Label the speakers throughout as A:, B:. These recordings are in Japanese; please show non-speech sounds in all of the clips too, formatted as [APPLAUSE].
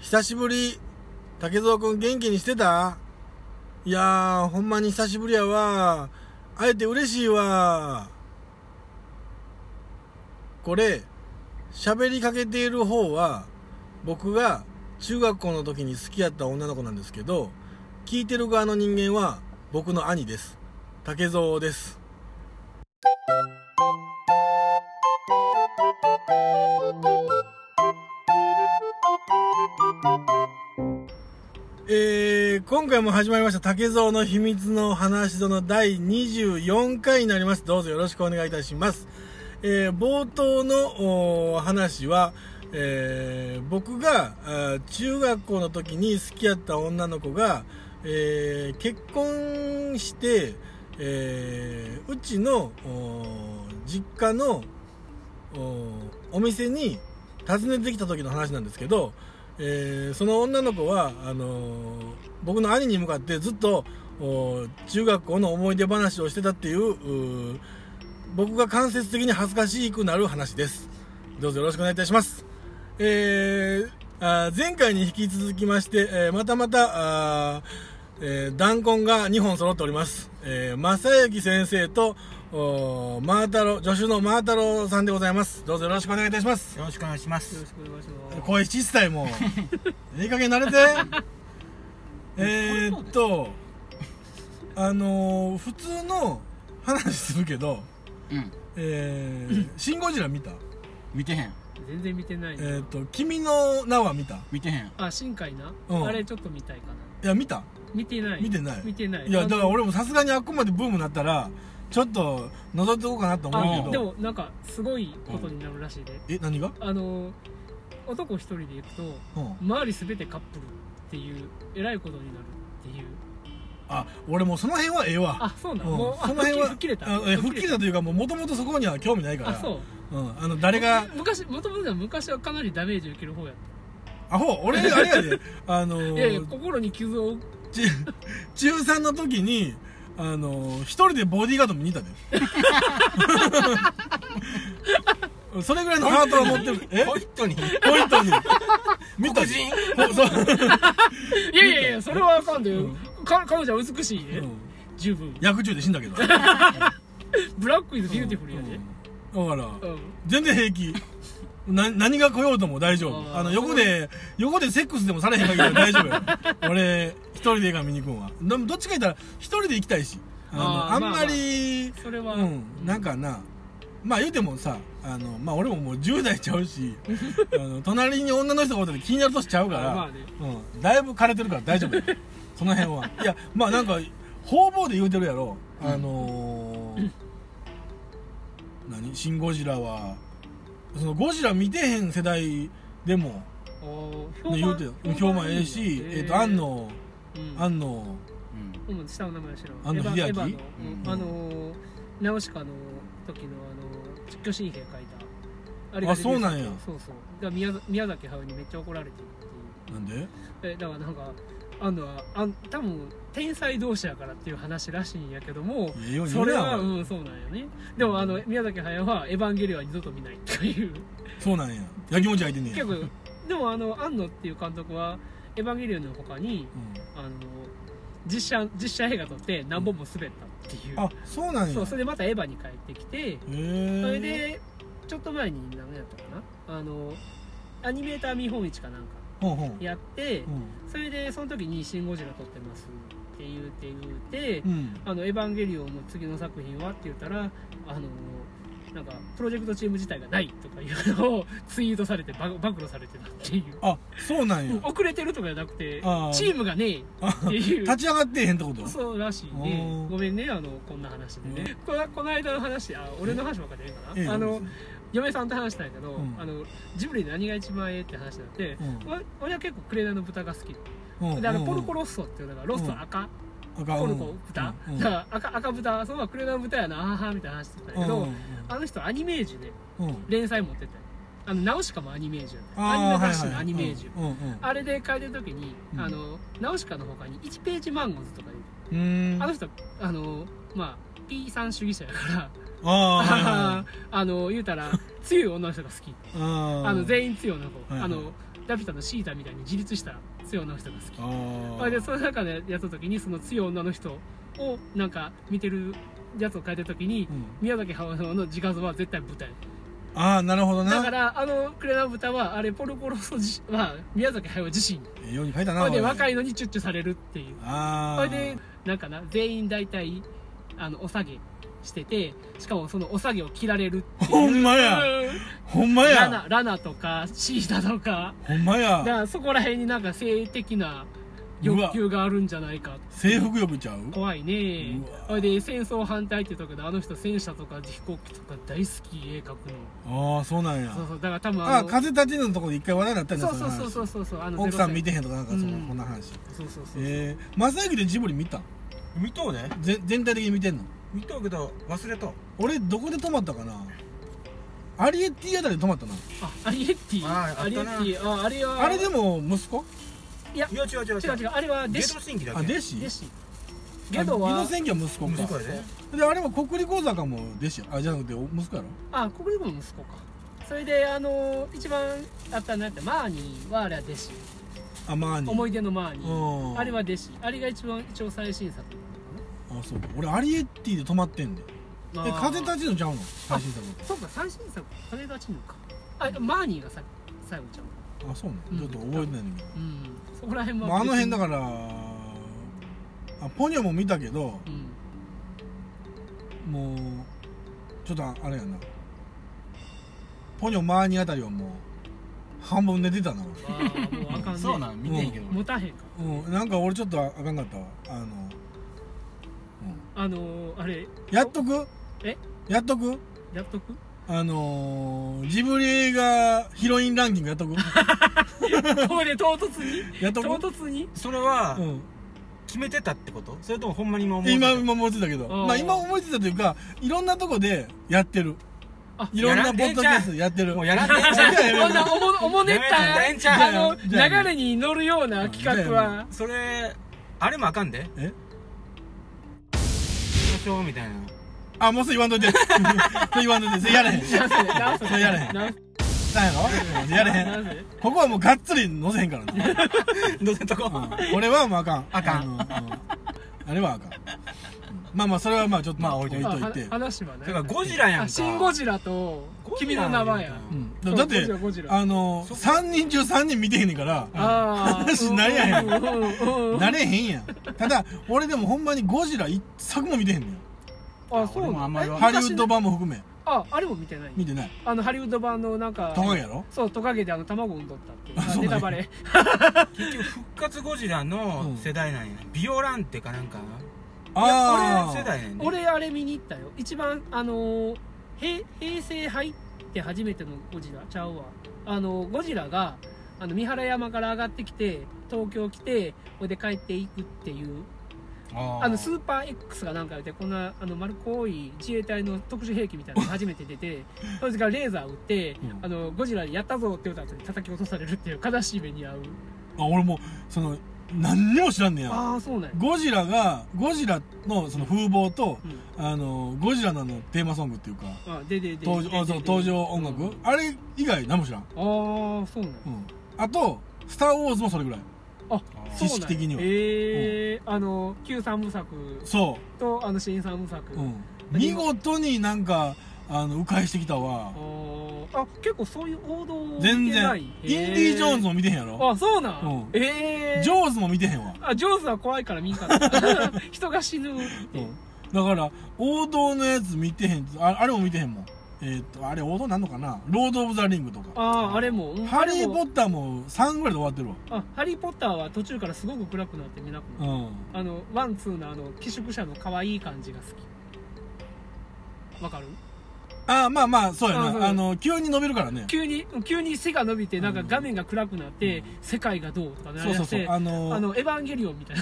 A: 久しぶり。竹蔵くん元気にしてたいやー、ほんまに久しぶりやわ。会えて嬉しいわ。これ、喋りかけている方は、僕が中学校の時に好きやった女の子なんですけど、聞いてる側の人間は僕の兄です。竹蔵です。えー、今回も始まりました竹蔵の秘密の話の第24回になります。どうぞよろしくお願いいたします。えー冒頭のお話は、えー僕があー中学校の時に好きやった女の子が、えー結婚して、えーうちのお実家のおお店に訪ねてきた時の話なんですけど、えーその女の子はあのー僕の兄に向かってずっとお中学校の思い出話をしてたっていううー僕が間接的に恥ずかしくなる話ですどうぞよろしくお願いいたしますえーあー前回に引き続きまして、えーまたまたあー、えー、弾痕が2本揃っております、えー、正幸先生とおーマータロ助手のマータロさんでございますどうぞよろしくお願いいたします
B: よろしくお願いしま
C: よろ
B: す
C: し。くお願いします。
A: 声小さい
C: [LAUGHS]
A: もういい加減慣れてえーっとあのー普通の話するけど
B: うん、
A: えー「シン・ゴジラ」見た
B: 見てへん、
C: 全然見てない
A: え
C: な。
A: ーっ、と「君の名は見た」
B: 見てへん。
C: あ、新海な、
A: うん
C: あれちょっと見たいかな。
A: いや見た
C: 見てない。
A: 見てない
C: 見てない。
A: いや
C: あの
A: だから俺もさすがにあっこまでブームになったらちょっと覗いておこうかなと思う
C: あ、
A: け
C: で
A: ど
C: もなんかすごいことになるらしいで。
A: え何が
C: あの、男一人で行くと、
A: うん
C: 周りすべてカップルっていう、えらいことになるっていう。
A: あ俺もうその辺はええわ
C: あ、そうな
A: うん
C: の、もう、あ
A: その辺は
C: 吹っ切れた。
A: あえ吹っ切れたというかもともとそこには興味ないか
C: あ、
A: ら
C: そう。
A: うんあの誰が
C: 昔、もともとは昔はかなりダメージ受ける方やっ
A: アホ俺あれやであの
C: た。いやいや、心に傷を負う。
A: ち中3の時にあの一人でボディーガード見に行ったでそれぐらいのハートを持ってるえ
B: ホイットに
A: ポイントに見た
B: 黒人
A: ほそう、
C: いやいやいや、それはあかんで、
A: う
C: か彼女は美しいね、
A: うん
C: 十分。
A: 薬中で死んだけど
C: ブラックイズビューティフルやで。
A: うんだから
C: うん
A: 全然平気な何が来ようとも大丈夫
C: あー
A: あの横で横でセックスでもされへん限りは大丈夫よ俺一人で映画見に行くんはでもどっちか言ったら一人で行きたいしあの
C: あ
A: あ
C: ー
A: んまり、
C: それは、
A: うん、なんかなまあ言うてもさあの、まあ、俺ももう10代ちゃう
C: [LAUGHS]
A: しあの隣に女の人がおったら気になる年ちゃうから、
C: あまあね
A: うん、だいぶ枯れてるから大
C: [LAUGHS]
A: 丈夫よその辺はいやまあなんか方々で言うてるやろあのー何「シン・ゴジラは」そのゴジラ見てへん世代でも、ね、
C: おー
A: 言うてた評判ええし、えっと安、野
C: うん、
A: 安野
B: うん、
C: うん下の名前知ら
A: 安
C: ん
A: 野
C: エヴ
A: 秀
C: ァ
A: 明
C: エヴァの、
B: うん
C: あのーナウシカの時のあのー実況新兵書いたあれが
A: あそうなんや
C: そうそうが宮崎宮崎駿にめっちゃ怒られてるっ
A: なんで
C: ていうえだからなんか安野はあん多分天才同士やからっていう話らしいんやけども
A: ええように言
C: そうれ
A: な
C: は
A: お
C: う
A: い
C: んそうなんよねでもあの宮崎駿は「エヴァンゲリオン」は二度と見ないという
A: そうなんややきもち焼いてんねや
C: 結、構でもあの庵野っていう監督は「エヴァンゲリオン」の他に
A: う
C: あの実写実写映画撮って何本も滑ったってい
A: ん、
C: う
A: あそうなんや
C: そうそれでまたエヴァに帰ってきて
A: へえ
C: それでちょっと前に何やったかなあのアニメーター見本市かなんか
A: ほんほん
C: やって
A: うん
C: それでその時に「シン・ゴジラ」撮ってますって言うて言うて
A: うん
C: 「あのエヴァンゲリオン」の次の作品はって言ったらあのなんかプロジェクトチーム自体がないとかいうのをツイートされてバグ暴露されてたっていう
A: あそうなん
C: [LAUGHS]
A: や
C: 遅れてるとかじゃなくて
A: あー
C: チームがねえっていう
A: 立ち上がってへんってこと
C: そうらしいね
A: おー
C: ごめんねあのこんな話でねこのこの間の話あ俺の話ばっかりでいい
A: ええ
C: かなあの嫁さんと話したんやけど、
A: うん
C: あのジブリで何が一番ええって話になって、
A: うん
C: わ俺は結構「紅の豚」が好き
A: うん
C: であの
A: うん
C: ポルコロッソっていうのがロッソ赤、
A: あかん
C: ポルコ豚、
A: うんうん
C: だから赤赤豚そのまま紅の豚やなあははみたいな話してたんやけど、
A: うんうん
C: あの人アニメージュで
A: うんうん
C: 連載持っててあのナウシカもアニメージュやった
A: あ
C: アニ
A: ー
C: メ雑誌
A: はい
C: の
A: はい
C: アニメージュ、
A: うんうんうん
C: あれで書いてる時に、
A: うん
C: あのナウシカの他に1ページマンゴーズとかいう
A: うーん
C: あの人あのまあ P さん主義者やから
A: あーはいはいはい
C: [LAUGHS] あの言うたら強い女の人が好き
A: あー
C: あの全員強い女の子、
A: はいはい
C: あのラピュタのシータみたいに自立した強い女の人が好き
A: あ
C: あでその中でやった時にその強い女の人をなんか見てるやつを変えた時に、
A: うん
C: 宮崎駿の自画像は絶対舞台
A: あーなるほど
C: だか
A: な
C: らあの「クレナ豚はあれポルコロソ自身は宮崎駿自身
A: ええように書いたな
C: それで
A: おい
C: 若いのにチュッチュされるっていう
A: あ
C: そ
A: あ
C: れでなんかな全員大体あのお下げしててしかもそのお下げを着られるっていう
A: ほんまや
C: うん
A: ほんま
C: ラ
A: や
C: ナラナとかシータとか
A: ほんま
C: だ
A: や
C: からそこら辺になんか性的な欲求があるんじゃないか
A: 制服欲ちゃう
C: 怖いね
A: うわ
C: それで戦争反対って言ったけどあの人戦車とか飛行機とか大好き絵描くの
A: ああそうなんや
C: そうそうだから多分
A: あ
C: あ
A: あ
C: の
A: 風立ちぬのとこで一回話題になったんだ
C: そうそうそうそうそうそうあの
A: 奥さん
C: ゼ
A: 見てへんとかなんかその、
C: うん
A: こんな話
C: ロ歳そうそうそう
A: えー、正行でジブリ見た
B: 見とうね
A: ぜ全体的に見てんの
B: 見とうけど忘れとう
A: 俺どこで泊まったかなアリエッティあたりで泊まったな
C: あアリエッティ
B: ああったな
C: アリエッティああれは
A: あれでも息子
B: いや違う違う
C: 違う違うあれは
B: ゲー
C: 弟子
B: ト新規だ
A: あ
B: っけ
A: 弟子
C: 弟子ゲド
A: あ
C: は
A: 二の戦記は息子か
B: 息子やね
A: であれも国立講座かも弟子やあじゃなくてお息子やろ
C: あこれも息子かそれであの一番あったなってマーニーはあれは弟子
A: あまあに
C: 思い出のマーニー
A: うん
C: あれは弟子あれが一番一応最新作
A: あそう俺アリエッティで泊まってんで
C: まあ
A: え風立ちぬちゃうの最新作
C: そうか最新作風立ちぬかあマーニーがさ最後ちゃう
A: あそうな
C: うん
A: のちょっと覚えてないんだけど
C: うんそこら辺も、
A: まああの辺だ
C: ら
A: からあポニョも見たけど
C: うん
A: もうちょっとああれやなポニョマーニーあたりはもう半分寝てたな
C: あーもうあかんね
B: そうなん見てんけど
C: 持たへんか
A: 俺うんなんか俺ちょっとああかんかったわあの、
C: あのー、あれ
A: うん、やっとく
C: え
A: やっとく
C: やっとく [LAUGHS]
A: あのー、ジブリ映画ヒロインランキングやっとく
C: これで唐突に
A: やっと
C: 唐
A: く
C: 突に
B: それは
A: うん、
B: 決めてたってことそれともほんまに今思う
A: 今今思いついたけど
C: うん
A: まあ今思いついたというかいろんなとこでやってる
C: あ
A: いろんなポッドキャストやってる
B: もうやらんでええじゃん
A: いやいや
C: こんなおもおもねっ
B: やめちゃえ
C: た
A: え
C: あの
A: じゃあやめ
C: 流れに乗るような企画
A: じゃあ
C: は
B: それあれもあかんで
A: え
B: 訴訟みたいな
A: あもうそれ言わんといてそれ言わんといてそれやれへんそ
C: なんせなんせ
A: れやれへん
C: なん
A: なんやろそれやれへん
C: なんせ
A: ここはもうがっつり載せへんからね、
B: どうせとこ
A: うん、俺はもうあかん
B: あかん
A: のうんあれはあかんまあまあそれはまあちょっと
B: まあ置いと
A: 置
B: い
A: い
B: て
A: といて
C: あは、話はね
B: だからゴジラやん
C: あ
B: か
C: シン・ゴジラと
B: ゴジ
C: 君
B: ラ
C: の名前や
B: ん
A: う
C: そ
A: ん、
C: う
A: だっ
C: ゴジラ
A: て
C: ゴジラ
A: あの
B: そこ
A: 3人中3人見てへんねんから
C: ああ
A: 話になりやへん
C: ん
A: なれへんやんただ俺でもほんまにゴジラ一作も見てへんねん
C: あそう
B: 俺もあんまりわ
A: ハリウッド版も含め
C: ああれも見てない
A: 見てない
C: あのハリウッド版のなんか
A: トカゲやろ
C: そうトカゲであの卵を産んどったっていう
A: あ
C: あ
A: そう
C: ネ
A: なんや
C: タバレ
B: 結局復活ゴジラの世代なんやビオランテかなんか
A: あ
B: 俺世
A: あ
B: 代やね
C: 俺あれ見に行ったよ一番あのー平平成入って初めてのゴジラちゃうわあのーゴジラがあの三原山から上がってきて東京来てこれで帰っていくっていう
B: あー
C: あのスーパー X がなんか言ってこんなあの丸っこい自衛隊の特殊兵器みた
A: [LAUGHS]
C: いなのが初めて出てそれからレーザー撃って、
A: うん
C: あのゴジラでやったぞって言った後に叩き落とされるっていう悲しい目に遭う
A: あ俺もうその何にも知らんねや
C: ああそうなんや、
A: ゴジラがゴジラのその風貌と
C: うん
A: あのゴジラのあのテーマソングっていうか
C: あででで
A: 登場あそう登場音楽、
C: うん
A: あれ以外何も知らん、
C: ああそうなんや
A: うん、あと「スター・ウォーズ」もそれぐらい
B: あ
A: 知識的には
C: ええあの旧三部作
A: そ
C: とあの新三部作、
A: う、うん、見事になんかあの迂回してきたわ
C: おーあ結構そういう王道を
A: 全
C: 見てな
A: 然
C: い
A: インディ・ジョーンズ
C: へ
A: も見てへんや
C: ー
A: ろ
C: あそうなん、
A: うん
C: ええ
A: ジョーズも見てへんわ、
C: あジョーズは怖いから見んかった [LAUGHS] 人が死ぬって、
A: うん、だから王道のやつ見てへんああれも見てへんもんえーっとあれ王道なんのかな「ロード・オブ・ザ・リング」とか
C: あああれもう
A: 「
C: ん
A: ハリー・ポ
C: あれも
A: ッター」も3ぐらいで終わってるわ
C: あハリー・ポッターは途中からすごく暗くなって見なくなった、
A: うん
C: あのワンツーのあの寄宿舎の可愛い感じが好きわかる
A: ああまあまあそうや
C: あそう
A: な
C: や
A: あの急に伸びるからね
C: 急に急に背が伸びてなんか画面が暗くなって、
A: うん
C: 世界がどうとかね
A: そうそうそう
C: あ
A: あの
C: あのエヴァンゲリオンみたい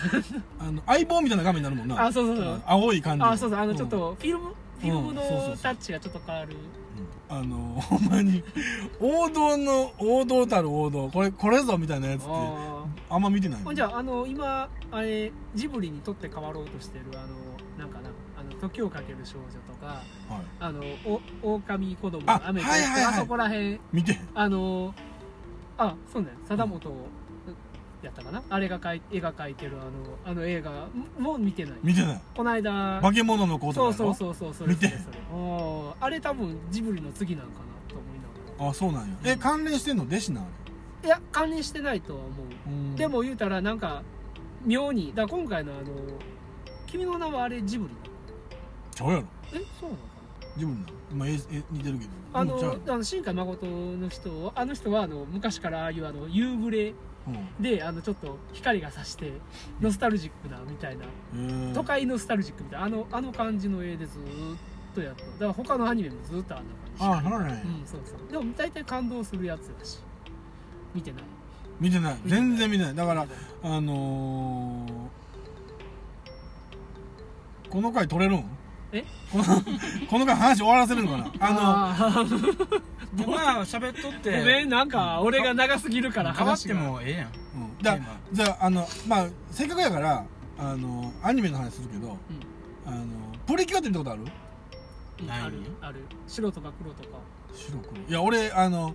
A: あの相棒みたいな画面になるもん
C: な
A: な
C: あそうそうそう、
A: うん青い感じ
C: あそうそうあのちょっ、とフィルム、フィルム
A: うんそうそうそ
C: の
A: う
C: タッチがちょっと変わる、
A: うんあのほんまに王道の王道たる王道これこれぞみたいなやつって
C: あ
A: あんま見てない
C: あほんじゃああの今あれジブリにとって変わろうとしてるあのなんかなあの時をかける少女とか
A: はい
C: あのお狼子供
A: あ
C: の雨とか
A: はいはいはい
C: あそこら辺
A: 見てへん
C: あのあそうね貞本やったかな、あれが描い絵が描いてるあのあの映画も見てない
A: 見てない
C: この間
A: 化け物の子とか
C: そ
A: や
C: う
A: ろ
C: そうそうそうそれ
A: 見て
C: それそれおーあれ多分ジブリの次なんかなと思いなが
A: あそうなんやえ関連してんの弟子なんあ
C: らいや関連してないとは思う、
A: れうん
C: でも言うたらなんか妙にだから今回のあの「君の名はあれジブリ」
A: ちゃうやろ
C: えそうなのか
A: 自分なのまあええ似てるけど
C: なあ
A: うんちゃうや
C: の
A: ろ
C: あの新海誠の人あの人はあの昔からああいうあの夕暮れであのちょっと光がさしてノスタルジックなみたいな
A: うんへー
C: 都会ノスタルジックみたいなあのあの感じの絵でずーっとやっただから他のアニメもずーっとあんな
A: あ
C: 感
A: そ
C: じ
A: うなんや
C: うんそうそうでも大体感動するやつだし見てない
A: 見てない
C: 見てない
A: 全然見てないだからあのーこの回取れるん
C: え
A: この [LAUGHS] この回話終わらせるのかなあ
C: あの
B: でまあ喋っとって
C: ごめんなんか俺が長すぎるから
B: 変わっ
C: 話
B: て
C: が
B: もええやん
A: の、うん、だ
B: テーマ
A: じゃああのまあせっかくやからあのアニメの話するけど、あのプリキュアって見たことある
C: うん
B: ない
C: あるある白とか黒とか
A: 白黒いや俺あの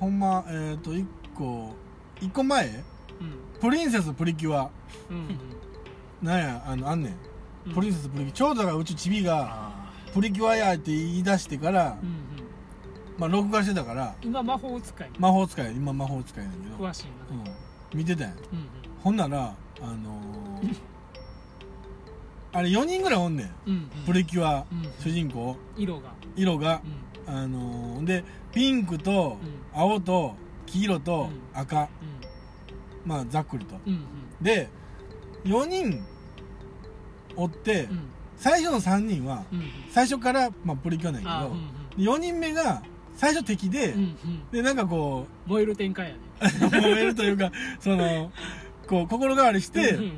A: ほんまえっ、と1個1個前
C: うん
A: プリンセスプリキュア
C: うん
A: なんやあのあんねん、
C: うん
A: プリンセスプリキュアちょうどだからうちチビがプリキュアやって言い出してから、
C: うんうん
A: まあ録画してたから
C: 今魔法使い
A: 魔法使い今魔法使いだけど、
C: 詳しいな
A: うん、見てたんや
C: うんうん
A: ほんならあのーあれ4人ぐらいおんねん
C: うんうん
A: プリキュア
C: うん
A: 主人公
C: 色が
A: 色が
C: うん
A: あのーでピンクと
C: うん
A: 青と黄色と赤、まあざっくりと
C: うんうん
A: で4人おって、
C: うん
A: 最初の3人は
C: うんうん
A: 最初から、まあ、プリキュアなんや
C: あ
A: け
C: う
A: ど
C: ん、
A: 4人目が最初敵で、
C: うんうんうん
A: でなんかこ [LAUGHS]
C: 燃える展開やね
A: う燃えるというかそのこう心変わりして、
C: うんうん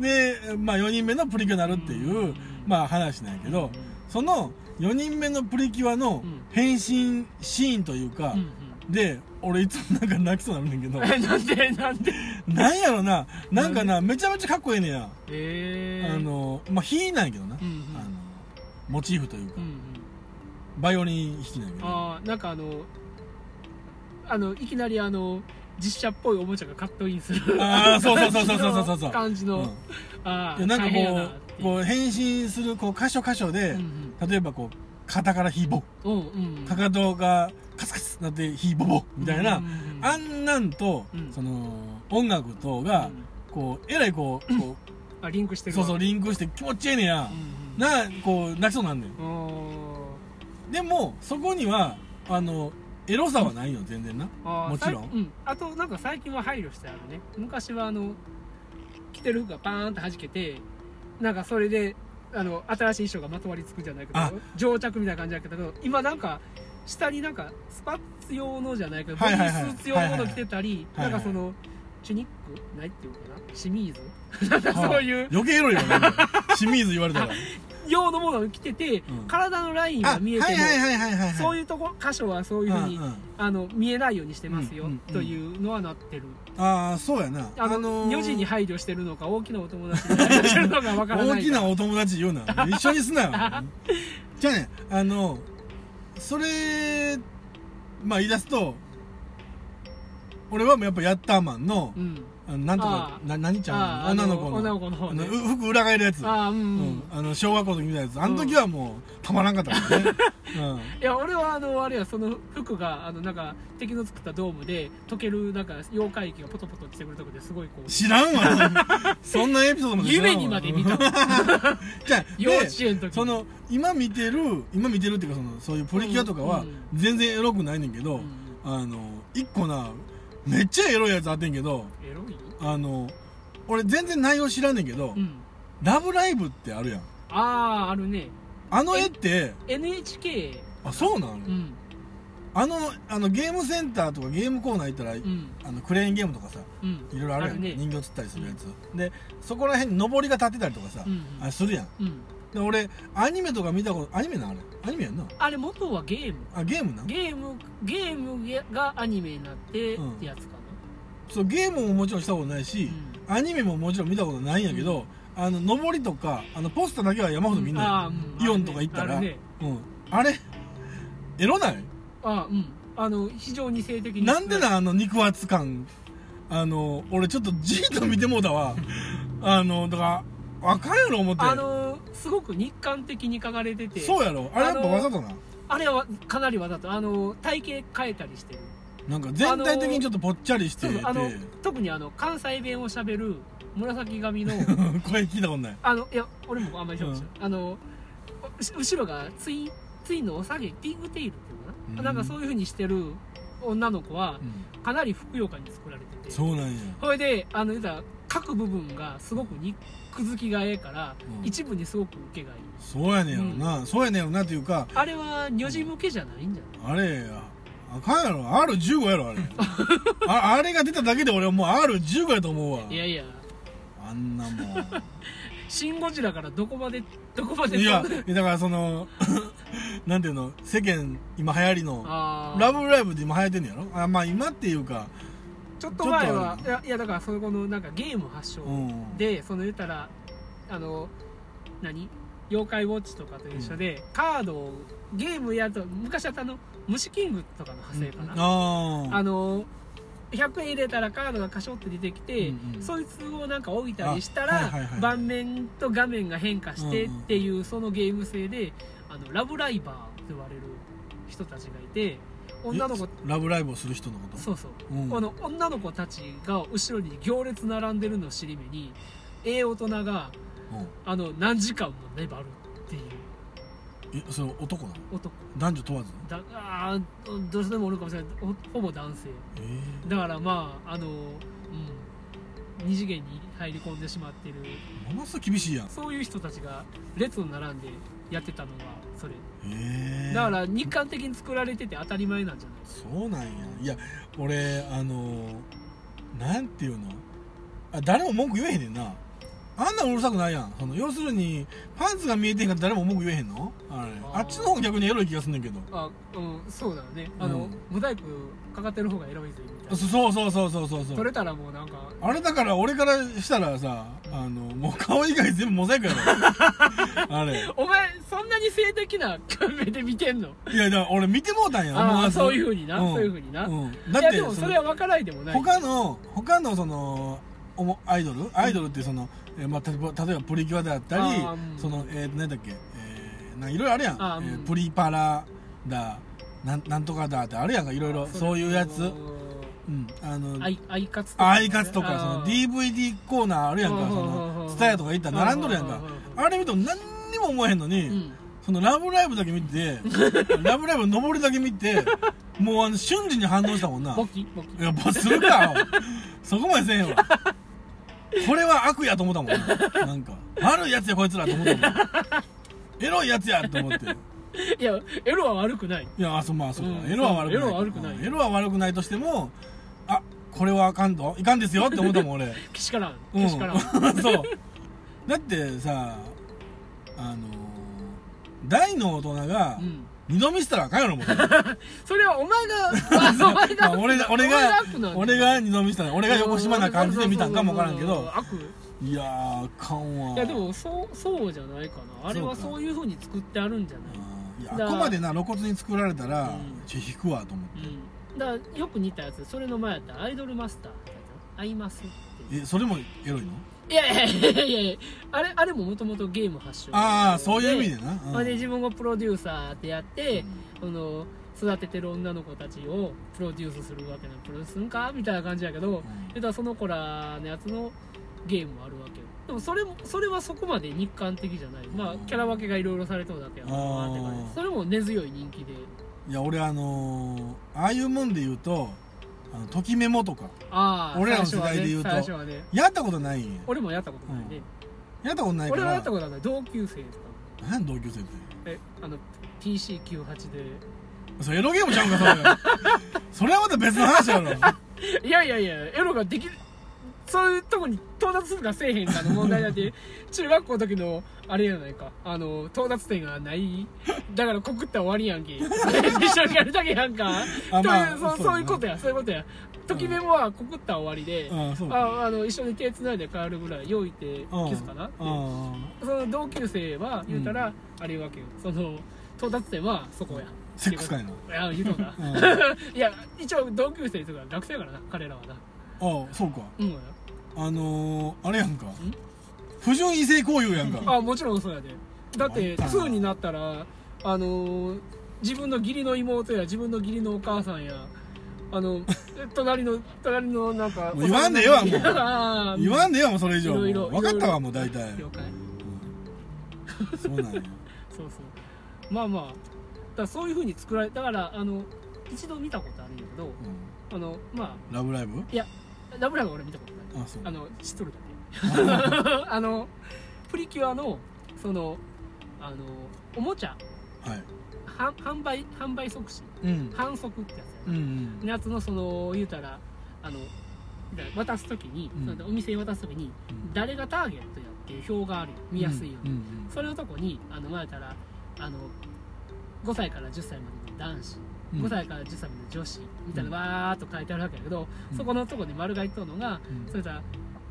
A: で、まあ、4人目のプリキュアになるっていう、
C: うん
A: まあ、話なんやけど、その4人目のプリキュアの
C: うん
A: 変身シーンというか
C: うん、うん
A: で俺いつもなんか泣きそうになるねんだけ
C: えなんでなんで
A: どなんやろななんかなめちゃめちゃかっこええねや、
C: えー
A: あのまあ火なんやけどな、
C: うんう
A: あの
C: ん
A: モチーフというか、
C: うんうん
A: バイオリン弾きなんやけど
C: ああなんかあのあのいきなりあの実写っぽいおもちゃがカットインする
A: あーそうそうそうそうそうそうそう
C: 感じ
A: う
C: の、
A: ん
C: あ
A: で
C: あ
A: なんか
C: 大変や
A: こ
C: なって
A: う
C: いう
A: こう変身するこう箇所箇所で、
C: うん
A: 例えばこう肩からヒーボー
C: うんうんうん
A: かかとがカツカツなってヒーボボみたいな、
C: うんうんうん
A: あんなんと、
C: うん
A: その音楽とが
C: うん
A: こうえらいこ
C: [LAUGHS]
A: う,、こ
C: あリンクして
A: う
C: る
A: そう
C: わ
A: そうリンクして気持ちええねや
C: う、んうん
A: なこう泣きそうなんねん
C: おー
A: でもそこにはあのエロさはないよ全然な
C: あー
A: もちろん
C: さいうん、あとなんか最近は配慮してあるね昔はあの着てる服がパーンって弾けてなんかそれであの新しい衣装がまとわりつくじゃないけど
A: あ
C: 定着みたいな感じだけど今なんか下になんかスパッツ用のじゃないけどボ
A: は
C: デ
A: いはい
C: ィ
A: はい
C: スーツ用の着てたり
A: はいは
C: ない
A: はい
C: んかそのチュニックないっていうのかなシミー
A: [LAUGHS]
C: ズなんかそういう
A: 余計エロいよね
C: [LAUGHS]
A: 清水言われたら
C: 用のものを着てて
A: うん
C: 体のライン
A: あ
C: が見えて
A: はい
C: も
A: はいはいはいはい
C: そう
A: い
C: いうとこ箇所はそういうふうに
A: んん
C: あの見えないようにしてますよ
A: うんうんうん
C: というのはなってる
A: ああそうやな
C: あ
A: ー
C: の、4時に配慮してるのか大きなお友達に配慮してるのかわからない
A: 大きな
C: お
A: お友達言うな一緒にすな
C: [LAUGHS]
A: よじゃあねあのそれまあ言い出すと俺はもうやっぱヤッターマンの
C: うん
A: あのなんとか
C: あー
A: な何ちゃうの女の子の
C: 女の子の
A: あ
C: 方
A: の
C: ね
A: う服裏返るやつ
C: ああうん、
A: う
C: うん
A: ん、あの小学校の時みたいなやつあの時はもうたまらんかったから
C: [LAUGHS]
A: ね、うん、
C: いや俺はあのあれやその服があのなんか敵の作ったドームで溶けるなんか妖怪液がポトポトしてくるとこですごいこう
A: 知らん
C: [LAUGHS]
A: わそんなエピソードも知らんわ
C: 夢にまで見た
A: じゃあ
C: 幼稚
A: で
C: 園の時
A: その今見てる今見てるっていうかそのそういうプリキュアとかは
C: う
A: 全然エロくないねんけど、
C: うん
A: あの一個なめっちゃエロいやつあってんけど
C: エロい
A: あの俺全然内容知らんねんけど「
C: うん
A: ラブライブ!」ってあるやん
C: あああるね
A: あの絵って
C: NHK
A: あそうなの、
C: うん
A: あのあのゲームセンターとかゲームコーナー行ったら、
C: うん
A: あのクレーンゲームとかさ
C: うん
A: いろいろあるやん
C: あるね
A: 人形釣ったりするやつ、でそこら辺に上りが立ってたりとかさ、
C: うん
A: あれするやん
C: うん
A: で俺アニメとか見たことアニメなあれアニメやんな
C: あれ元はゲーム
A: あゲームな
C: ゲームゲームがアニメになって
A: うん
C: ってやつか
A: そうゲームももちろんしたことないし、アニメももちろん見たことないんやけど、あの上りとかあのポスターだけは山
C: な、
A: ほど見ん
C: あ
A: な
C: あ
A: い、
C: うん
A: イオンとか行ったら
C: あるね
A: うん、あれエロない
C: あうんあの非常に性的に
A: なんでなあの肉厚感あの俺ちょっとじーっと見てもうた
C: [LAUGHS]
A: わあのだからあかんやろ思って
C: あのすごく日韓的に書かれてて
A: そうやろあれやっぱ
C: あの
A: わざとな
C: あれはかなりわざとあの体型変えたりしてる
A: なんか全体的にちょっとぽっちゃりして
C: そう
A: て
C: そうあの特にあの関西弁をしゃべる紫髪の
A: [LAUGHS] 声聞いたことない
C: [LAUGHS] あのいや俺もあんまりしゃべあのうし後ろがツイツイのお下げピングテイルっていうのかな、
A: うん
C: なんかそういうふうにしてる女の子は
A: うん
C: かなりふくよかに作られてて
A: そうなんや
C: それであの言うたら各部分がすごく肉付きがええから、
A: うん
C: 一部にすごく受けがいい
A: そうやねんやろな、そうやねんやろなっていうか
C: あれは女児向けじゃないんじゃない
A: あれやあかんやろ R15 やろ
C: [LAUGHS]
A: あれああれが出ただけで俺はもう R15 やと思うわ
C: いやいや
A: あんなもん
C: [LAUGHS] 「シン・ゴジラ」からどこまでどこまで
A: いや、だからその、 [LAUGHS] なんていうの、世間、今流行りの、
C: [LAUGHS] あー
A: ラブライブで今流行ってんのやろあ、まあ今っていうか、
C: ちょっと前
A: ちょ
C: は
A: っとある
C: いやいやだからそういうこのなんかゲーム発祥
A: うん。
C: でその言ったらあの何妖怪ウォッチとかと一緒で、カードをゲームやと昔はあの虫キングとかの派生かな、
A: あ
C: あ
A: あ。
C: の100円入れたらカードがカショって出てきて、
A: うんうん
C: そいつをなんか置いたりしたら、
A: あはいはいはい
C: 盤面と画面が変化してっていう、そのゲーム性であのラブライバーと呼ばれる人たちがいて女の子
A: えラブライブをする人のこと
C: そうそう
A: うん。
C: この女の子たちが後ろに行列並んでるのを尻目にええ大人が
A: うん
C: あの何時間も粘るっていう
A: え、それ男なの
C: 男
A: 男女問わず
C: だあーどうしてもおるかもしれないほほぼ男性
A: え
C: だからまああのうん二次元に入り込んでしまってる
A: えものすごい厳しいやん。
C: そういう人たちが列を並んでやってたのがそれ
A: ええ
C: だから日韓的に作られてて当たり前なんじゃないですか
A: そうなんや。いや、俺、あの、なんていうのあ、誰も文句言えへんねんな。あんなんうるさくないやん。その、要するに、パンツが見えてへんから誰も文句言えへんのあれ。
C: あー
A: あっちの方が逆にエロい気がすんねんけど。
C: あうんそうだよねあの、
A: うん
C: 無細工かかってる方がエロいぜみたいな
A: そそうそうそうそうそうそ
C: 取
A: う
C: れたらもうなんか
A: あれだから俺からしたらさあのもう顔以外全部モザイクやろあれ
C: お前そんなに性的な [LAUGHS] 目で見てんの
A: いやだから俺見てもうたんや思
C: あ
A: わ
C: あ
A: ず
C: そういうふうにな、
A: うん
C: そういうふうにな、い
A: うん、だっ
C: や
A: て
C: でも
A: そ
C: そ
A: の
C: れは分からないでもない
A: 他の他のそのおもアイドルアイドルってその、えーまあ、たと例えばプリキュアであったり
C: あーうん
A: その、えー、何だっけ、えー、なんかいろいろあるやん、え
C: あーうん
A: ープリパラだなんなんとかだってあるやんかいろいろそういうやつ、うん、あの
C: アイアイカツ
A: アイカツとかその
C: ディ
A: DVD コーナーあるやん
C: う
A: か
C: ん
A: そ
C: うん
A: のツタヤとか行ったら並んどるやんか
C: う
A: あれ見ても何にも思えへんの
C: う
A: に
C: ん
A: その「ラブライブ!」だけ見て
C: [LAUGHS]
A: 「ラブライブ!」の上りだけ見てもうあの瞬時に反応したもんな
C: ボキボキ
A: いやばするかそこまでせえへんわこれは悪やと思ったもんななんか悪いやつやこいつらと思ったもんエロいやつやと思って
C: いやエロは悪くない
A: いやあそうまあそうか、
C: うん
A: エロは悪くない
C: エロは悪くない
A: うんエロは悪くないとしてもあこれはあかんといかんですよって思ったもん俺
C: けしからん
A: うん
C: けしからん、
A: [LAUGHS] そうだってさあのー大の大人が
C: うん
A: 二度見したらあかんやろもう
C: [LAUGHS] それはお前
A: [LAUGHS]
C: があお前
A: ま
C: が
A: あ俺が俺
C: お前
A: が
C: 悪なんだよ
A: 俺が二度見したら俺が横島な感じで見たんかもわからんけ
C: う
A: ど
C: 悪
A: いやーあかんわ
C: いやでもそうそうじゃないかなあれはそういうふうに作ってあるんじゃない
A: うんいや
C: だ
A: あくまでな露骨に作られたら
C: うん
A: ちょっと引くわと思って
C: うんだからよく似たやつそれの前やったらアイドルマスターってやつアイマスっていう
A: えそれもエロいの
C: いやいやいやいやいやあれあれももともとゲーム発祥
A: ああそういう意味でな
C: それで
A: うん
C: 自分がプロデューサーってやって、その育ててる女の子たちをプロデュースするわけなのプロデュースすんかみたいな感じやけど
A: うん
C: だからその子らのやつのゲームもあるわけよでもそれもそれはそこまで日韓的じゃないまあキャラ分けがいろいろされてるだけやなって感
A: あー
C: じそれも根強い人気で
A: いや俺あのーああいうもんで言うとあのときメモとか
C: ああ
A: 俺らの世代で言うと
C: 最初はね
A: やったことないんや
C: 俺もやったことないね、
A: やったことないか
C: 俺
A: ら
C: はやったことない同級生とか
A: 何同級生って
C: えあの PC98 で
A: それエロゲームちゃうんか [LAUGHS] それそれはまた別の話や
C: [LAUGHS]
A: ろ
C: いやいやいやエロができるそういうとこに到達するかせえへんかの問題だって
A: [LAUGHS]
C: 中学校の時のあれやないかあの到達点がないだから告ったら終わりやん
A: [LAUGHS]
C: け一緒にやるだけやんか
A: あまあ
C: というそ
A: そうだ
C: う
A: ね
C: そういうことやそういうことやときメモは告ったら終わりで、
A: ああそうか
C: ああの一緒に手つないで帰るぐらい用意ってキスかなって
A: うんうん
C: その同級生は言うたら、あれわけよその到達点はそこや、
A: セックスかいな。
C: ああ言うとんな
A: うん
C: [LAUGHS] いや一応同級生とか学生やからな彼らはな
A: ああ、そうか。
C: うん
A: あのー、あれやんか。不純異性交友やん
C: [LAUGHS]
A: か。
C: あもちろんそうやでだって
A: またな
C: 2になったらあのー自分の義理の妹や自分の義理のお母さんやあの [LAUGHS] 隣の隣のなんか
A: もう言わんでええわもう
C: [LAUGHS] ああ
A: 言わんでよ、もうそれ以上。
C: いろいろ
A: もう分かったわ、もう大体。
C: 了解
A: うんそうなんや。
C: そうそうまあまあだからそういうふうに作られだからあの一度見たことあるんだけ
A: う
C: ど
A: ん
C: あのま
A: ラブライブ
C: あラブラブは俺見たことない
A: あ、そう
C: あ。の知っとるだ
A: [LAUGHS]
C: けあのプリキュアのそのあのおもちゃ
A: はい。
C: 販販売販売促進
A: うん。
C: 販促ってやつや
A: うんうん。
C: やつのその言うたらあのだ渡す時に、
A: うん
C: そのお店に渡す時に
A: うん
C: 誰がターゲットやっていう表があるよ見やすいように、
A: うんうん
C: それのとこにあの前たらあの5歳から10歳までの男子、
A: うん
C: 5歳から10歳までの女子みたいな
A: うん
C: わーっと書いてあるわけやけど、
A: うん
C: そこのとこに丸がいっとるのが、
A: うん
C: それたら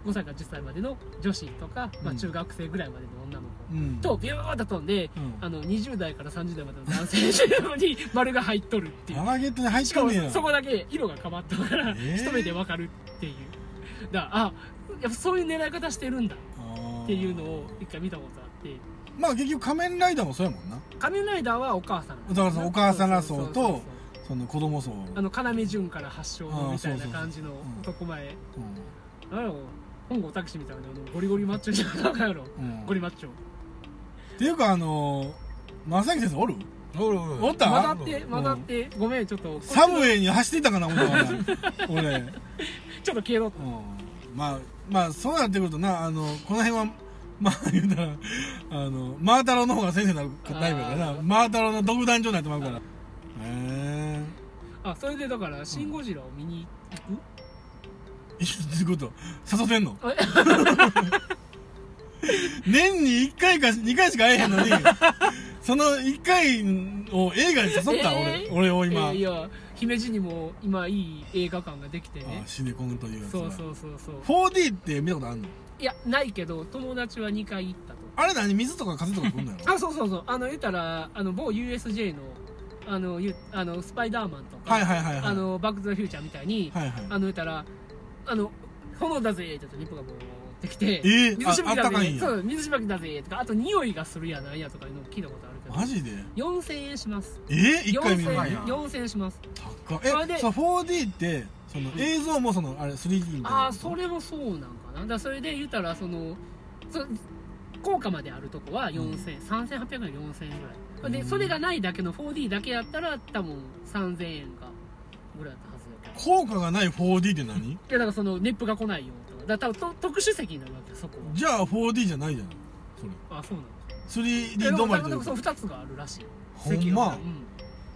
C: 5歳から10歳までの女子とか、
A: う
C: まあ、
A: ん
C: 中学生ぐらいまでの女の子、
A: うん
C: とビューッと飛んで
A: うん
C: あの20代から30代までの男性 [LAUGHS] に丸が入っとるっていう
A: ターゲットに入っ
C: し
A: と
C: か
A: ん
C: も
A: ねや。
C: そこだけ色が変わったから、
A: えー
C: 一目でわかるっていうだからあやっぱそういう狙い方してるんだっ
A: あー
C: ていうのを一回見たことあって
A: まあ結局仮面ライダーもそうやもんな
C: 仮面ライダーはお母さん
A: だからそのお母さんらそうと
C: そうそうそう
A: その子供層
C: あの要潤から発祥のみたいな感じの
A: あーそう
C: 男前
A: う
C: なんやろ本郷拓司みたいなあのゴリゴリマッチョじゃなんかやろ
A: んうん
C: ゴリマッチョ
A: っていうかあのー正行先生おる
B: おるおる
A: おった
C: 混ざって混ざってごめんちょっと
A: サムウ
C: い
A: ェイに走ってたかな思ったから俺、
C: [LAUGHS]
A: うん、
C: ちょっと消えろ
A: まあまあそうなってくるとなあのこの辺はまあ言うたらあのマータロの方が先生になるライブやから
C: あ
A: な
C: ー
A: マータロの独壇場になってまうからへえ
C: あそれでだから「シン・ゴジラ」を見に行く
A: いいこと誘ってんの
C: [LAUGHS] え
A: [LAUGHS] 年に1回か2回しか会えへんのにその1回を映画に誘った、
C: えー
A: 俺俺を今、
C: えーいや姫路にも今いい映画館ができてね
A: あシネコンというやつ
C: そう
A: う
C: そうそうそう
A: 4D って見たことあんの
C: いやないけど友達は2回行ったと
A: あれ何水とか風とか来んのやろ
C: あそうそうそうあの言ったらあの某 USJ のあのゆあのスパイダーマンとか、
A: はいはいはいはい
C: あのバック・ザ・フューチャーみたいに、
A: はいはい
C: あの言ったらあの炎だぜーって言ってリップがボーってきて、
A: えー、
C: 水しぶ
A: ああ
C: き
A: った
C: だぜ
A: かいん
C: ーそ
A: や
C: う水しぶきだぜーとかあと匂いがするやなんやとかいうの聞いたことあるけど
A: マジで
C: 4000円します
A: えー、1回見るの
B: い
A: に
B: や
C: 4000円します
A: 高っ
C: それ
A: え
C: で
A: そう 4D ってその
C: うん
A: 映像もそのあれ 3D みたいな
C: ああそれもそうなんかなだからそれで言ったらそのそ効果まであるとこは4000、3800円4000円ぐらいで、
A: うん
C: それがないだけの 4D だけやったら多分3000円かぐらいだったはずやけど
A: 効果がない 4D って何
C: いやだからその熱風が来ないよとかだから多分と特殊席になるわけそこ
A: じゃあ 4D じゃないじゃないそれ
C: はあそうなの
A: 3D
C: いや
A: 止まり
C: で
A: とい
C: もで
A: う
C: もそ
A: か
C: の2つがあるらしい
A: ほんま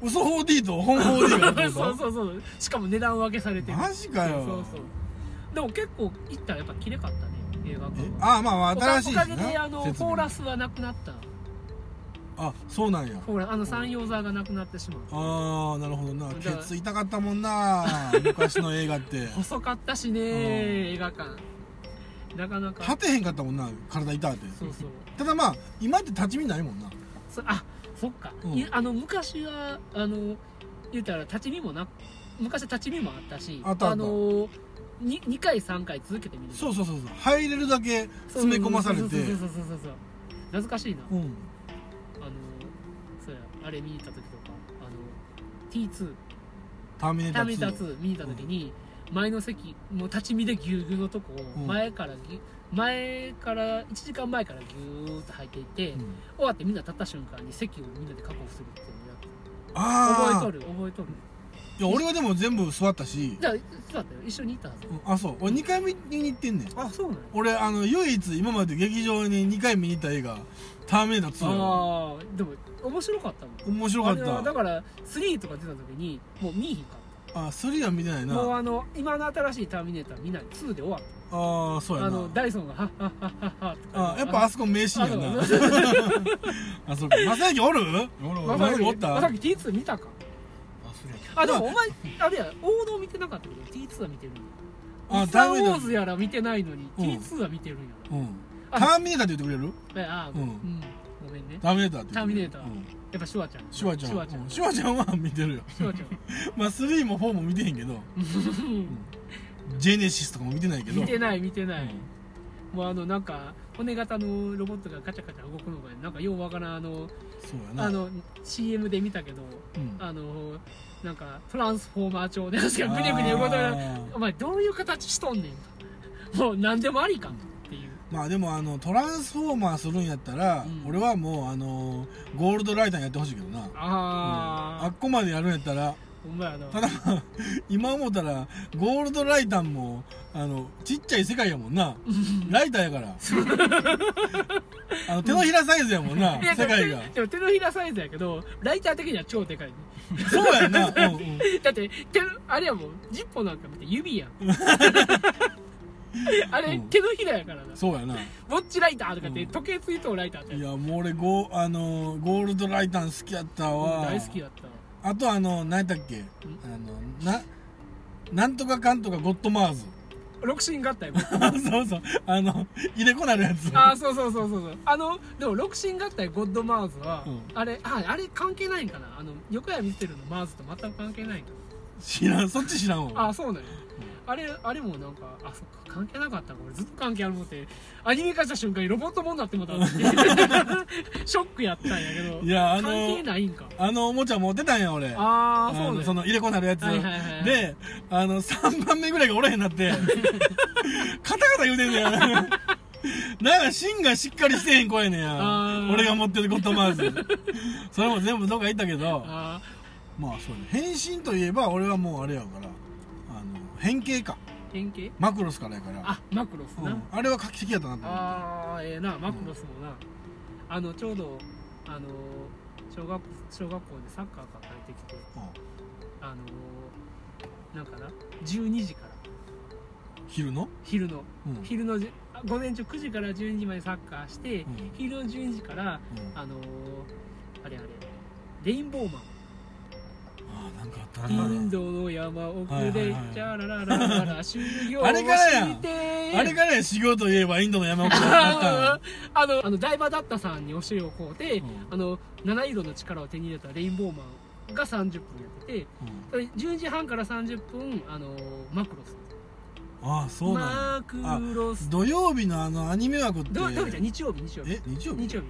C: うん
A: 嘘 4D と本 4D があるってこ
C: そう
A: と
C: そうそうしかも値段分けされてる
A: マジかよ
C: そうそうでも結構行ったらやっぱ綺麗かったね映画
A: え
C: 館は
A: あまあまあ
C: お
A: 新
C: か
A: しい
C: お
A: し
C: かげであ
A: な
C: のフォ
A: 設備
C: ーラスはなくなった
A: あそうなんや
C: ほらあの山陽座がなくなってしまう
A: ああなるほどな
C: だ
A: ケツ痛かったもんな昔の映画って
C: 細かったしね
A: ん
C: 映画館なかなか
A: 立てへんかったもんな体痛って
C: そうそう
A: ただまあ今って立ち見ないもんな
C: そあそっか、
A: うん
C: いあの昔はあの言ったら立ち見もな昔は立ち見もあったし
A: あったあった
C: のに 2, 回3回続けてみる
A: そうそうそうそう入れるだけ詰め込まされて
C: そうそうそうそうそうそう懐かしいな、
A: う
C: あ
A: ん
C: のそうやあれ見に行った時とかあの T2
A: ターミネーター
C: ターミネーター
A: 2
C: 2見に行った時に前の席もう立ち見でぎゅうぎゅうのとこ
A: う
C: を
A: ん
C: 前からぎゅ前から1時間前からぎゅーっと入っていって、
A: うん
C: 終わってみんな立った瞬間に席をみんなで確保するっていうのをやって覚え
A: あ
C: と
A: あ
C: る覚えとる
A: いや俺はでも全部座ったし
C: じゃあそうだったよ一緒に行ったはず
A: うんあそう俺2回見に行ってんねん
C: あそうなの
A: 俺あの唯一今まで劇場に2回見に行った映画「ターミネーター2」よ
C: ああでも面白かったもん
A: 面白かっ
C: あれは
A: た
C: だから3とか出た時にもう見いひんかっ
A: あ3は見てない
C: た
A: な
C: もうあの今の新しい「ターミネーター」見ない2で終わっ
A: ああそう
C: た
A: や
C: あ
A: な
C: のダイソンが「はっはっはっはっは」とか
A: あやっぱあそこ名シーンやな [LAUGHS] あそこ正行おる
B: おるお
A: まさ
B: る忘
A: か
B: れ
A: におった
C: まさき T2 見たか
B: た
C: あでもお前あれや王道見てなかったけど T2 は見てるんや
A: あ
C: スター・
A: ダ
C: ウ
A: メだ
C: ォーズやら見てないのに
A: うん
C: T2 は見てるんや
A: うんタ
C: あ
A: ーミネーターって言ってくれる
C: えああ
A: うん
C: うんごめんね。
A: ターミネーターって言う
C: ターミネーター
A: うん
C: やっぱシュワちゃん。
A: シュワちゃん
C: シュワちゃん。
A: シュワちゃんは見てるよ
C: シュワちゃん。
A: まあ3も4も見てへんけど [LAUGHS] ジェネシスとかも見てないけど
C: 見てない見て
A: う
C: ない、
A: ん
C: もうあのなんか骨型のロボットがカチャカチャ動くのがなんかようわからんあの
A: そうやな
C: あの CM で見たけど
A: うん
C: あのなんかトランスフォーマー調でなんかぐにゃぐにゃ動いた
A: あ
C: ら
A: ー
C: お前どういう形しとんねんともう何でもありかっていう
A: まあでもあのトランスフォーマーするんやったら、
C: うん
A: 俺はもうあのゴールドライターやってほしいけどなあ
C: あ
A: っこまでやるんやったら
C: あ、ほんまやな
A: ただ今思ったらゴールドライターもあのちっちゃい世界やもんなライターやから
C: [LAUGHS]
A: あの手のひらサイズやもんな、
C: いやで
A: 世
C: も
A: 界が
C: 手でも手のひらサイズやけどライター的には超でかいね
A: そうやんな、うんうん
C: だって手のあれやもんジッポなんか見て
A: [LAUGHS]
C: 指やんあれ、
A: うん
C: 手のひらやからな
A: そうやな
C: ウォッチライターとかっ
A: う
C: て
A: ん
C: 時計ついとるライターって
A: いやもう俺ゴ,、あのーゴールドライター好きやったわ
C: 大好きだった
A: あとあの何やったっけあのななんとかかんとかゴッドマーズ [LAUGHS]
C: 六神合体も
A: そうそうあの入れこなるやつ
C: ああそうそうそうそうそうあのでも六神合体ゴッドマーズは、
A: うん
C: あれああれ関係ないんかなあの横山見てるのマーズと全く関係ないんか
A: 知らんそっち知らん
C: な
A: わ
C: ああそうなんや、あれあれもなんかあそっか関係なかったんか俺ずっと関係あるもんってアニメ化した瞬間にロボットもんなってもう
A: [LAUGHS]
C: たわってショックやったんやけど
A: いやあの
C: 関係ないんか
A: あのおもちゃ持ってたんや俺
C: ああそうなん
A: の
C: や
A: その入れこなるやつ、
C: はいはいはい
A: であの3番目ぐらいがおらへんなって
C: [LAUGHS]
A: カタカタ言うてんねやなんか芯がしっかりしてへん子やねん
C: あ
A: や
C: ー
A: 俺が持ってるゴッドマーズ
C: [LAUGHS]
A: それも全部どっか行ったけど
C: あ
A: まあそうね変身といえば俺はもうあれやからあの変形か
C: ー変形
A: マクロスからやから
C: あマクロス
A: う
C: な、
A: ん、あれは画期的やったなと思って
C: ああええなマクロスもな、あのちょうどあの小学小学校でサッカーから帰ってきてあのなんかな12時から
A: うん昼の、
C: 昼の
A: うんうん
C: 昼のじあ午前中9時から12時までサッカーして、
A: うん
C: 昼の12時からあのあれあれレインボーマン
A: ああなんかあった
B: あ
C: イ
A: な
C: ンドの山奥
A: はいはい
C: で
A: はい
C: チャラララララ修行を
A: あれからやん
C: して
A: あれからや修行といえばインドの山奥だった
C: [LAUGHS] あのあのあのダイバーだったさんに教えをこうて、
A: うん
C: あの七色の力を手に入れたレインボーマンが30分やってて
A: の、
C: それ10時半から30分あのマクロス
A: うんああそうなんや
C: マクロス
A: 土曜日のあのアニメ枠って
C: どどうじゃん日曜日日曜日
A: え日曜日
C: 日曜日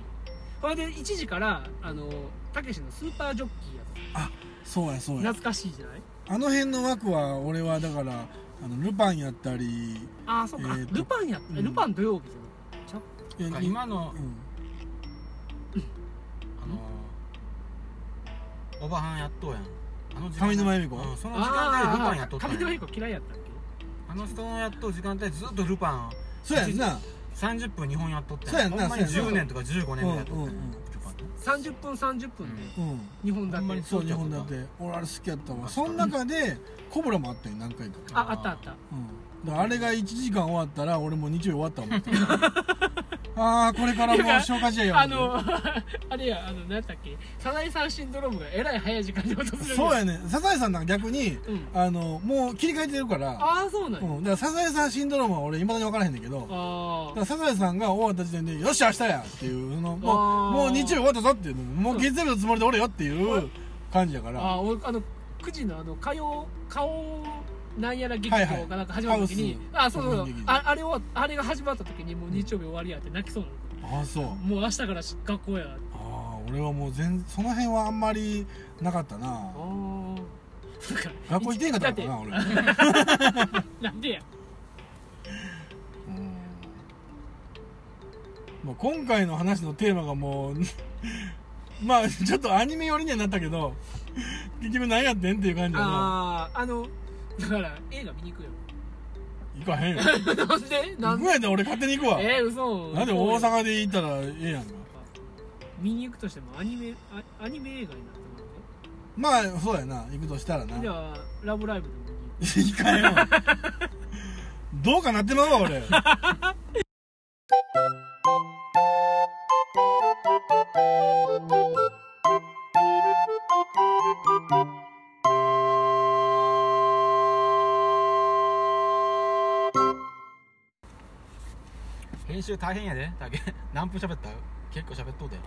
C: これで1時からあのたけしのスーパージョッキーやつ
A: そうやそうや
C: 懐かしいじゃない
A: あの辺の枠は俺はだからあのルパンやったり
C: ああそうか、あ
A: えーと
C: ルパンやった、えルパン土曜日じ
A: え
B: なんか今の
A: う、ん
B: あのー、おばはんやっとうやんあの時
A: 上沼恵美子
B: うんそ
C: ゃ
B: の
C: な
B: 時間帯ルパンやっとったん
C: 上
B: や
C: 沼恵子嫌いやったっけ
B: あの人のやっとう時間帯ずっとルパン
A: そうやんな
B: 30分日本やっとった
A: そうやんな
B: ほんまに
A: そうやんな
B: 10年とか15年ぐらいやっとったん
A: うんう
B: や
A: んうん
B: ルパンって
C: 30分30分で
B: うん
A: うん
C: 日本だ
B: ほんま
C: け
B: に
A: そう日本だって俺あれ好きやったわその中でコブラもあったよ何回か
C: ああったあった
A: うんだからあれが1時間終わったら俺もう日曜終わった
C: [LAUGHS]
A: 思ってああこれからもう消化試合や
C: あの、 [LAUGHS] あれや、あの、何やったっけ、サザエさんシンドロームがえらい早い時間に訪れる。
A: そう。やねサザエさんなんか逆に
C: うん。
A: あのもう切り替えてるから
C: ああ、そうなん
A: う
C: や。
A: んだからサザエさんシンドロームは俺いまだに分からへんねんけど
C: あ
A: だからサザエさんが終わった時点で「よし明日や!」っていうのもう
C: あー
A: もう日曜終わったぞっていうのもう月曜日のつもりでおれよっていう感じやか
C: あ。
A: ら
C: ああ、俺、あの、9時のあの、火曜、顔なんやら劇
A: はいは
C: 場
A: い
C: がなんか始まった時に、
A: ハウ
C: あ
A: ス
C: そうそうそう
A: 劇場
C: ああれを、あれが始まった時にもう日曜日終わりやって泣きそうなの。
A: ああそう
C: もう明日から学校や。
A: ああ俺はもう全その辺はあんまりなかったな
C: ああ。そうか
A: 学校行ってへんかったか
C: だ
A: な俺
C: ってなんでや。
A: うんまあ、今回の話のテーマがもう [LAUGHS] まあちょっとアニメ寄りにはなったけど結局何やってんっていう感じやな
C: ああ、あの、だから映画見に行くよ。
A: 行かへんよ
C: なんで [LAUGHS] な
A: 行
C: ん
A: く
C: で
A: やったら俺勝手に行くわ、
C: えー、嘘。
A: なんで大阪で行ったらええやんか
C: 見に行くとしてもアニメあアニメ映画になっても
A: まあそうやな行くとしたらな
C: らうねじゃあ「ラブライブ!」でも見に
A: [LAUGHS]
C: 行
A: 行かへんわどうかなってまうわ俺
B: 編集大変やでだけ何分喋った結構喋っとうで